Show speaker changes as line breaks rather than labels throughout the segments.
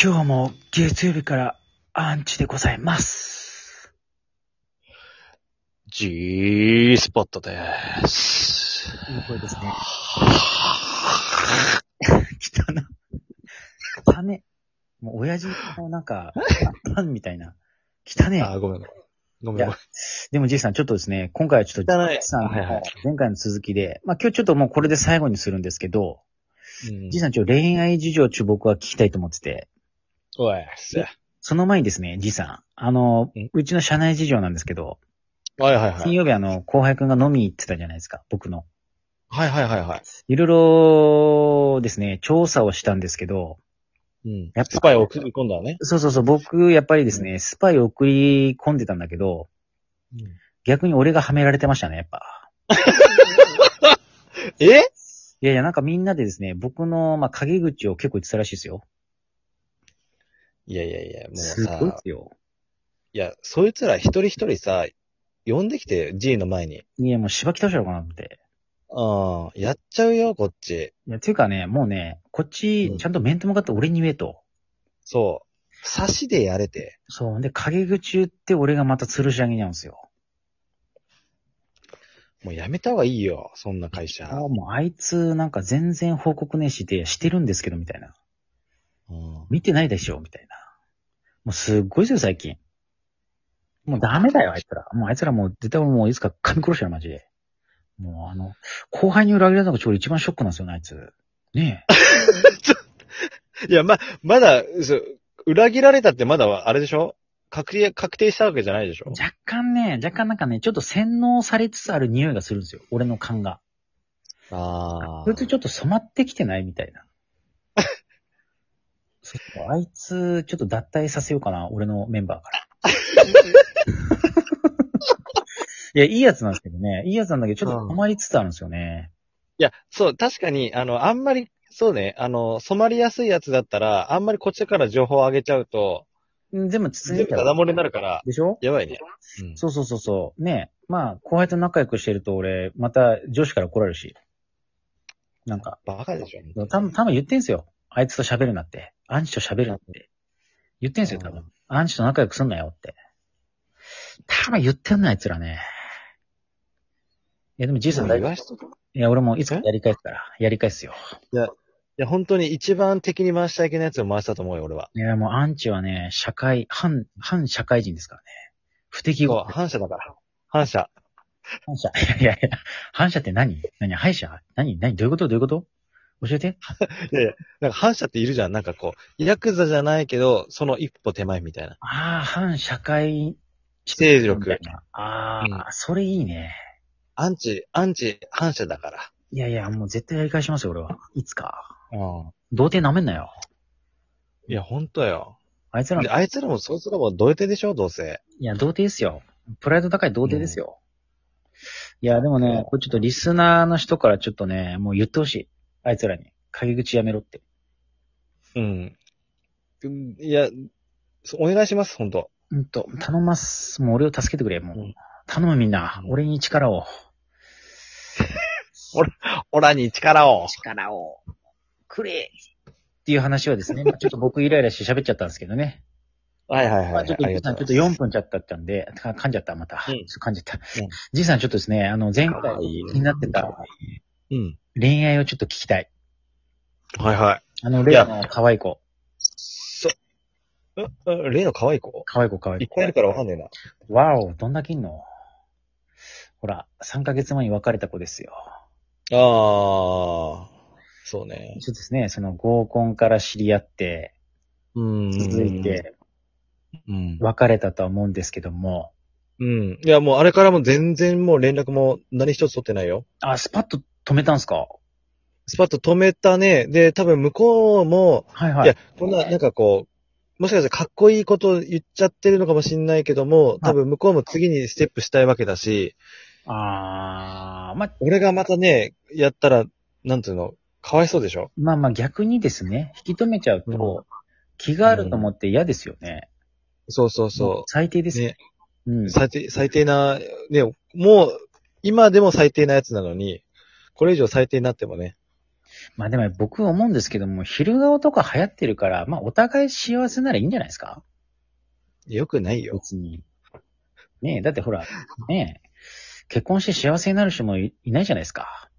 今日も月曜日からアンチでございます。
G スポットです。
いい声ですね。来たな。汚ね。もう親父のなん か、パンみたいな。汚ね。
あ、ごめん。ご
い
めん。
や
ごめん、
でもじいさん、ちょっとですね、今回はちょっと、
汚い
じいさんの
はいはい
前回の続きで、まあ今日ちょっともうこれで最後にするんですけど、
うん
じいさんちょっと恋愛事情ちょ僕は聞きたいと思ってて、
おい、せ
その前にですね、じいさん、あの
ん、
うちの社内事情なんですけど、
はいはいは
金
い。
曜日あの、後輩くんが飲み行ってたじゃないですか、僕の。
はいはいはいはい
ろいろですね、調査をしたんですけど、
い。うん
やっぱ
スパイを送り込んだわね。
そうそうそう、僕、やっぱりですね、スパイ送り込んでたんだけど、逆に俺がはめられてましたね、やっぱ。
え
いやいや、なんかみんなでですね、僕の、まあ、陰口を結構言ってたらしいですよ。
いやいやいや、もう
すごいで
さ、
すよ。
いや、そいつら一人一人さ、呼んできて、G の前に。
いや、もうしばき倒しちゃおうかなって。
うん、やっちゃうよ、こっち。
いや、ていうかね、もうね、こっ
う
ち、
ん
ちゃんと面と向かって俺に言えと。
そう。差しでやれて。
そう。で、陰口言って俺がまた吊るし上げにゃうんですよ。
もうやめた方がいいよ、そんな会社。
あもうあいつ、なんか全然報告ねえしで、してるんですけど、みたいな。
うん
見てないでしょみたいな。もうすっごいですよ、最近。もうダメだよ、あいつら。もうあいつらもう絶対もういつか噛み殺してる、マジで。もうあの、後輩に裏切られたのがちょっと一番ショックなんですよね、あいつ。ねえ。
いや、ま、まだ、そう裏切られたってまだ、あれでしょ確定、確定したわけじゃないでしょ
若干ね、若干なんかね、ちょっと洗脳されつつある匂いがするんですよ、俺の勘が。
あ
こいつちょっと染まってきてないみた いな。そうあいつ、ちょっと脱退させようかな、俺のメンバーから。いや、いいやつなんですけどね。いいやつなんだけど、ちょっと困りつつあるんですよね。
いや、そう、確かに、あの、あんまり、そうね、あの、染まりやすいやつだったら、あんまりこっちから情報を上げちゃうと、
うん、全部包ん
全
で
部
た
ダダ漏れになるから、
でしょ
やばいね。うん
そうそうそうそう。ねえまあ、後輩と仲良くしてると俺、また女子から怒られるし。なんか、
バカでしょ。
多分、多分言ってんすよ。あいつと喋るなって。アンチと喋るなって。言ってんすよ、多分。アンチと仲良くすんなよって。多分言ってんの、あいつらね。いや、でもじいさん
も
大
う言
丈夫。
わしとくい
いや、俺もいつか
え
やり返すから、やり返すよ。
や、本当に一番敵に回したいけないやつを回したと思うよ、俺は。
いや、もうアンチはね、社会、反、反社会人ですからね。不適
そ
合
う、反射だから。反射。
反社。 いやいや、反社って何何敗者何何どういうことどういうこと教えて。
なんか反射っているじゃん。なんかこう、ヤクザじゃないけど、その一歩手前みたいな。
ああ、反社会
勢
み
力
たい。な。ああ、
うん
それいいね。
アンチ、アンチ、反射だから。
いやいや、もう絶対やり返しますよ、俺は。いつか。
うん。
童貞舐めんなよ。
いや、本当よ。
あいつら
で
の、
あいつらもそいつらもどうやってでしょ、どうせ。
いや、童貞ですよ。プライド高い童貞ですよ。いや、でもね、これちょっとリスナーの人からちょっとね、もう言ってほしい。あいつらに。陰口やめろって。
うん。うんいや、そお願いします、本当
うんと、頼ます。もう俺を助けてくれ、もう。
うん
頼むみんな。
うん
俺に力を。
オラに力を。
力を。くれ。っていう話はですね、まあちょっと僕イライラして喋っちゃったんですけどね。
はいはいはい
ま
は
あ
い。
ちょっと、
あ
じ
り
いさん、
が
ち
と
ょっ
う
と4分ちゃったったんで、か噛んじゃった、また。
うん
ちょっと噛んじゃった
ん。
じいさん、ちょっとですね、あの、前回気になってた
うん。
恋愛をちょっと聞きたい。
はいはい。
あの、例の可愛い子。
そ、う、う例の可愛い子
可愛い子、可愛
い
い
っ
子。
ぱいいるからわかんねえな。
わお、どんだけいんのほら、3ヶ月前に別れた子ですよ。
ああ、そうね。
そうですね、その合コンから知り合って、
うん。
続い。て
うん。
別れたとは思うんですけども、
うん。いや、もうあれからも全然もう連絡も何一つ取ってないよ。
あ、スパッと止めたんすか
スパッと止めたね。で、多分向こうも、
はいはい。
いや、こんな、なんかこう、もしかしたらかっこいいこと言っちゃってるのかもしんないけども、多分向こうも次にステップしたいわけだし、
あー、ま、
俺がまたね、やったら、なんていうの、かわいそうでしょ
まあまあ逆にですね、引き止めちゃう
う
と、気があると思って嫌ですよね。
そうそう
も
そ
最低ですね。うん
う。。最低、最低な、ね、もう、今でも最低なやつなのに、これ以上最低になってもね。
まあでも僕思うんですけども、昼顔とか流行ってるから、まあお互い幸せならいいんじゃないですか
よくないよ。
別に。ねえ、だってほら、ねえ、結婚して幸せになる人もいいないじゃないですか。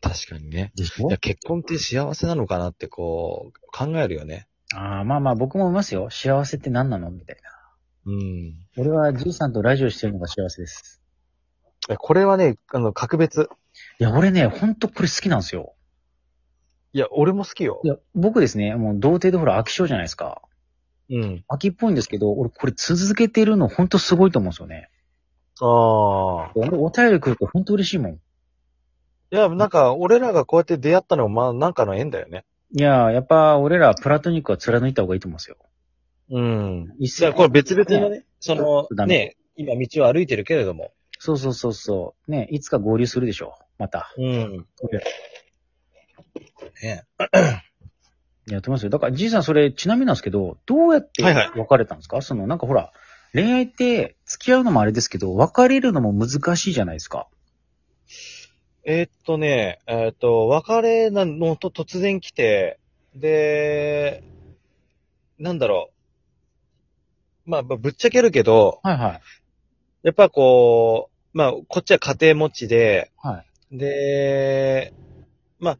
確かにね。
でし
いや、結婚って幸せなのかなってこう、考えるよね。
ああ、まあまあ僕もいますよ。幸せって何なのみたいな。
うん。
俺はじいさんとラジオしてるのが幸せです。
これはね、あの、格別。
いや、俺ね、ほんとこれ好きなんですよ。
いや、俺も好きよ
い。や、僕ですね、もう童貞でほら飽き性じゃないですか。
うん。
飽きっぽいんですけど、俺これ続けてるのほんとすごいと思うんですよね。
ああ。
俺お便り来るとほんと嬉しいもん。
いや、なんか、俺らがこうやって出会ったのも、まあ、なんかの縁だよね。
いやー、やっぱ俺らプラトニックは貫いた方がいいと思うんですよ。
うん。
一
じゃあ、これ別々のね、その、
ダ
ね
メ、
今道を歩いてるけれども。
そうそうそうそう。ね、いつか合流するでしょう。また。
うん。ね
いやってますよ。だから、じいさん、それ、ちなみになんですけど、どうやって
はいはい
別れたんですか、その、なんかほら、恋愛って、付き合うのもあれですけど、別れるのも難しいじゃないですか。
えーっとね、えーっと、別れなのと突然来て、で、なんだろう。まあ、まあぶっちゃけるけど、
はいはい。
やっぱこう、まあ、こっちは家庭持ちで、
はい。
で、まあ、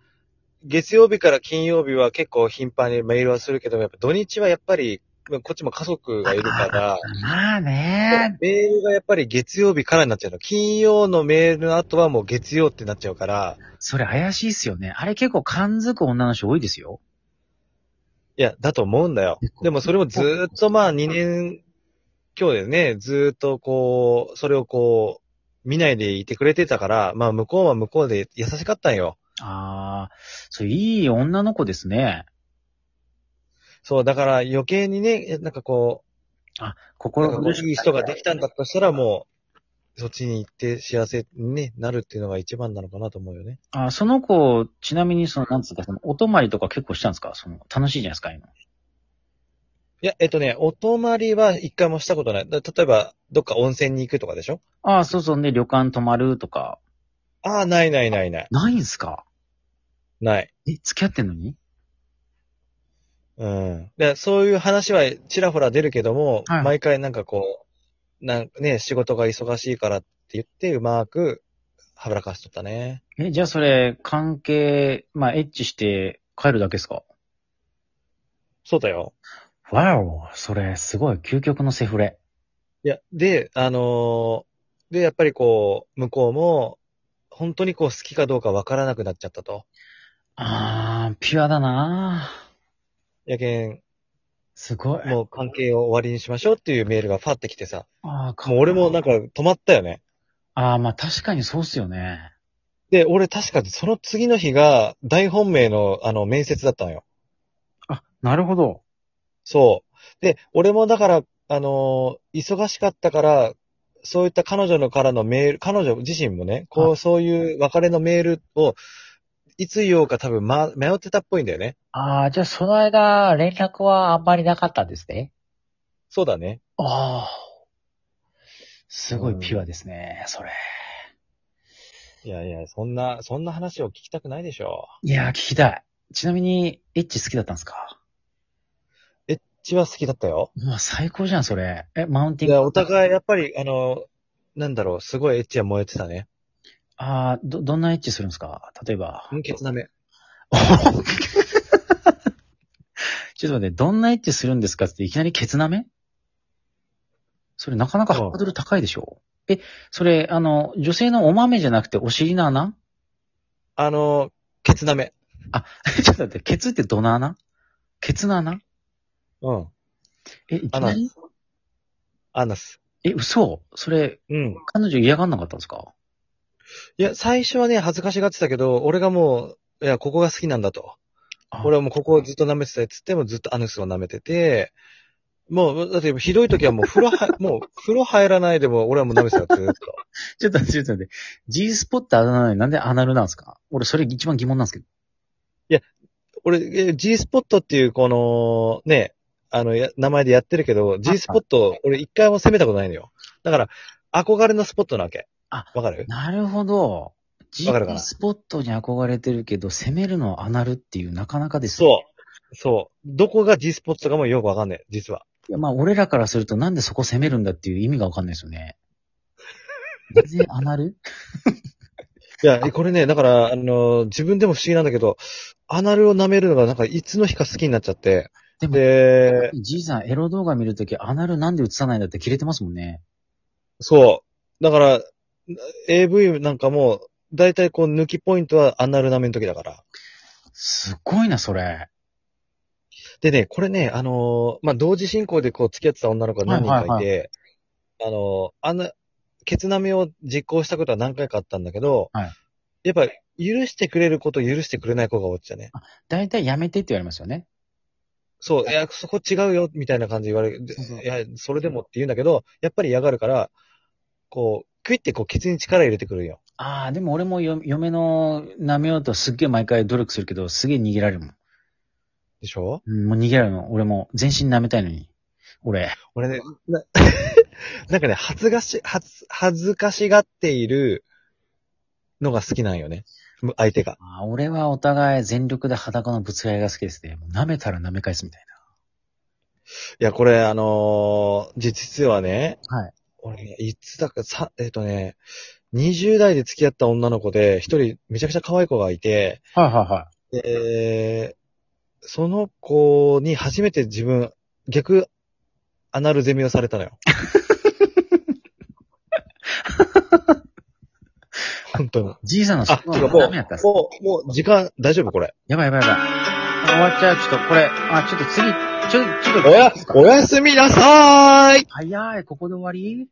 月曜日から金曜日は結構頻繁にメールはするけども、やっぱ土日はやっぱり、まあこっちも家族がいるか
まあ
ら、
ね
メールがやっぱり月曜日からになっちゃうの。金曜のメールの後はもう月曜ってなっちゃうから、
それ怪しいっすよね。あれ結構感づく女の人多いですよ。
いや、だと思うんだよ
結。構
でもそれもずーっとまあ2年、今日でね、ずーっとこう、それをこう、見ないでいてくれてたから、まあ向こうは向こうで優しかったんよ。
ああ、そう、いい女の子ですね。
そう、だから余計にね、なんかこ
あ、
う、な
心
んかこ
苦し
ういい人ができたんだとしたらもう、そっちに行って幸せにねなるっていうのが一番なのかなと思うよね。
あ、その子、ちなみに、その、なんつうか、その、お泊まりとか結構したんですかその、楽しいじゃないですか、今。
いや、えっとね、お泊まりは一回もしたことない。だ例えば、どっか温泉に行くとかでしょ
ああ、そうそう、ね、旅館泊まるとか。
ああ、ないないないない。
ないんすか
ない。
え、付き合ってんのに
うん。でそういう話はちらほら出るけども、
はい
毎回なんかこう、なんかね、仕事が忙しいからって言って、うまく、はぶらかしとったね。
え、じゃあそれ、関係、まあ、エッチして帰るだけですか
そうだよ。
わお、それ、すごい、究極のセフレ。
いや、で、あのーで、やっぱりこう、向こうも、本当にこう好きかどうかわからなくなっちゃったと。
あー、ピュアだなぁ
やけん、
すごい。
もう関係を終わりにしましょうっていうメールがファってきてさ。
あーか
もう俺もなんか止まったよね。
あー、まあ確かにそうっすよね。
で、俺確かその次の日が大本命のあの面接だったのよ。
あ、なるほど。
そう。で、俺もだから、あのー忙しかったから、そういった彼女のからのメール、彼女自身もね、こ
は
う、そういう別れのメールを、いつ言おうか多分、ま、迷ってたっぽいんだよね。
あー、じゃあその間、連絡はあんまりなかったんですね。
そうだね。
あー。すご
う
い
ん
ピュアですね、それ。
いやいや、そんな、そんな話を聞きたくないでしょ
いやー、聞きたい。ちなみに、エッチ好きだったんですか
う。ちは好きだったよ。
うわ、最高じゃん、それ。え、マウンテ
い
ィング。
や、お互い、やっぱり、あの、なんだろう、すごいエッチは燃えてたね。
ああ、ど、どんなエッチするんですか例えば。
うん、ケツなめ。
ちょっと待って、どんなエッチするんですかっていきなりケツなめそれなかなかハードル高いでしょえ、それ、あの、女性のお豆じゃなくてお尻の穴
あの、ケツなめ。
ちょっと待って、ケツってどの穴ケツの穴
うん。
え、いきなり
アナス。
え、嘘それ、
うん。
彼女嫌がんなかったんですか
いや、最初はね、恥ずかしがってたけど、俺がもう、いや、ここが好きなんだと。
あ
俺はもうここをずっと舐めてたやつって、もうずっとアヌスを舐めてて、もう、だってひどい時はもう風呂は、もう風呂入らないでも俺はもう舐めてたやつずっと。
ちょっと待って、ちょっと待って。G スポットあだ名なのになんでアナルなんですか俺、それ一番疑問なんですけど。
俺、えー G スポットっていうこの、ね、あの、や名前でやってるけど、G スポット、俺一回も攻めたことないのよ。だから、憧れのスポットなわけ。
あ、
わかる
なるほど。
わかるか
GP
な
スポットに憧れてるけど、攻めるのはアナルっていうなかなかです。
そう。そう。どこが G スポットかもよくわかんない、実は。
いや、まあ、俺らからするとなんでそこ攻めるんだっていう意味がわかんないですよね。なぜアナル
いや、これね、だから、あの、自分でも不思議なんだけど、アナルを舐めるのがなんかいつの日か好きになっちゃって、
でも、
で、
じいさんエロ動画見るときアナルなんで映さないんだって切れてますもんね。
そう。だから、AV なんかも、だいたいこう抜きポイントはアナル舐めの時だから。
すごいな、それ。
でね、これね、あのーまあ、同時進行でこう付き合ってた女の子が何人かいて、
はいはい
あのーあんな、ケツ並みを実行したことは何回かあったんだけど、
はい
やっぱ、許してくれること許してくれない子がおっちゃね。
大体やめてって言われますよね。
そう、いや、そこ違うよ、みたいな感じで言われる。で
そうそう
いや、それでもって言うんだけど、やっぱり嫌がるから、こう、クイってこう、ケツに力入れてくるんよ。
ああ、でも俺もよ嫁の舐めようとすっげえ毎回努力するけど、すげえ逃げられるもん。
でしょ
うん、もう逃げられるの。俺も全身舐めたいのに。俺。
俺ね、な なんかね、恥ずかし、恥ず、恥ずかしがっているのが好きなんよね。む相手が。
あー俺はお互い全力で裸のぶつかりが好きですね。もう舐めたら舐め返すみたい
いや、これ、あのーじ実はね、
な。はい。
俺ね、いつだか、さ、えっ、とね、20代で付き合った女の子で、一人めちゃくちゃ可愛い子がいて、
はいはいは
で、その子に初めて自分、逆、アナルゼミをされた のよ。本当に。
い。じいさんの
あ、
そ
て
こ
か
は
も
ダメやったっ
う、
す。
もう、もう、時間、大丈夫これ。
やばいやばいやばい。あ終わっちゃう。ちょっとこれ、あ、ちょっと次、ちょ、ちょっと。
おやすみなさーい
早い、ここで終わり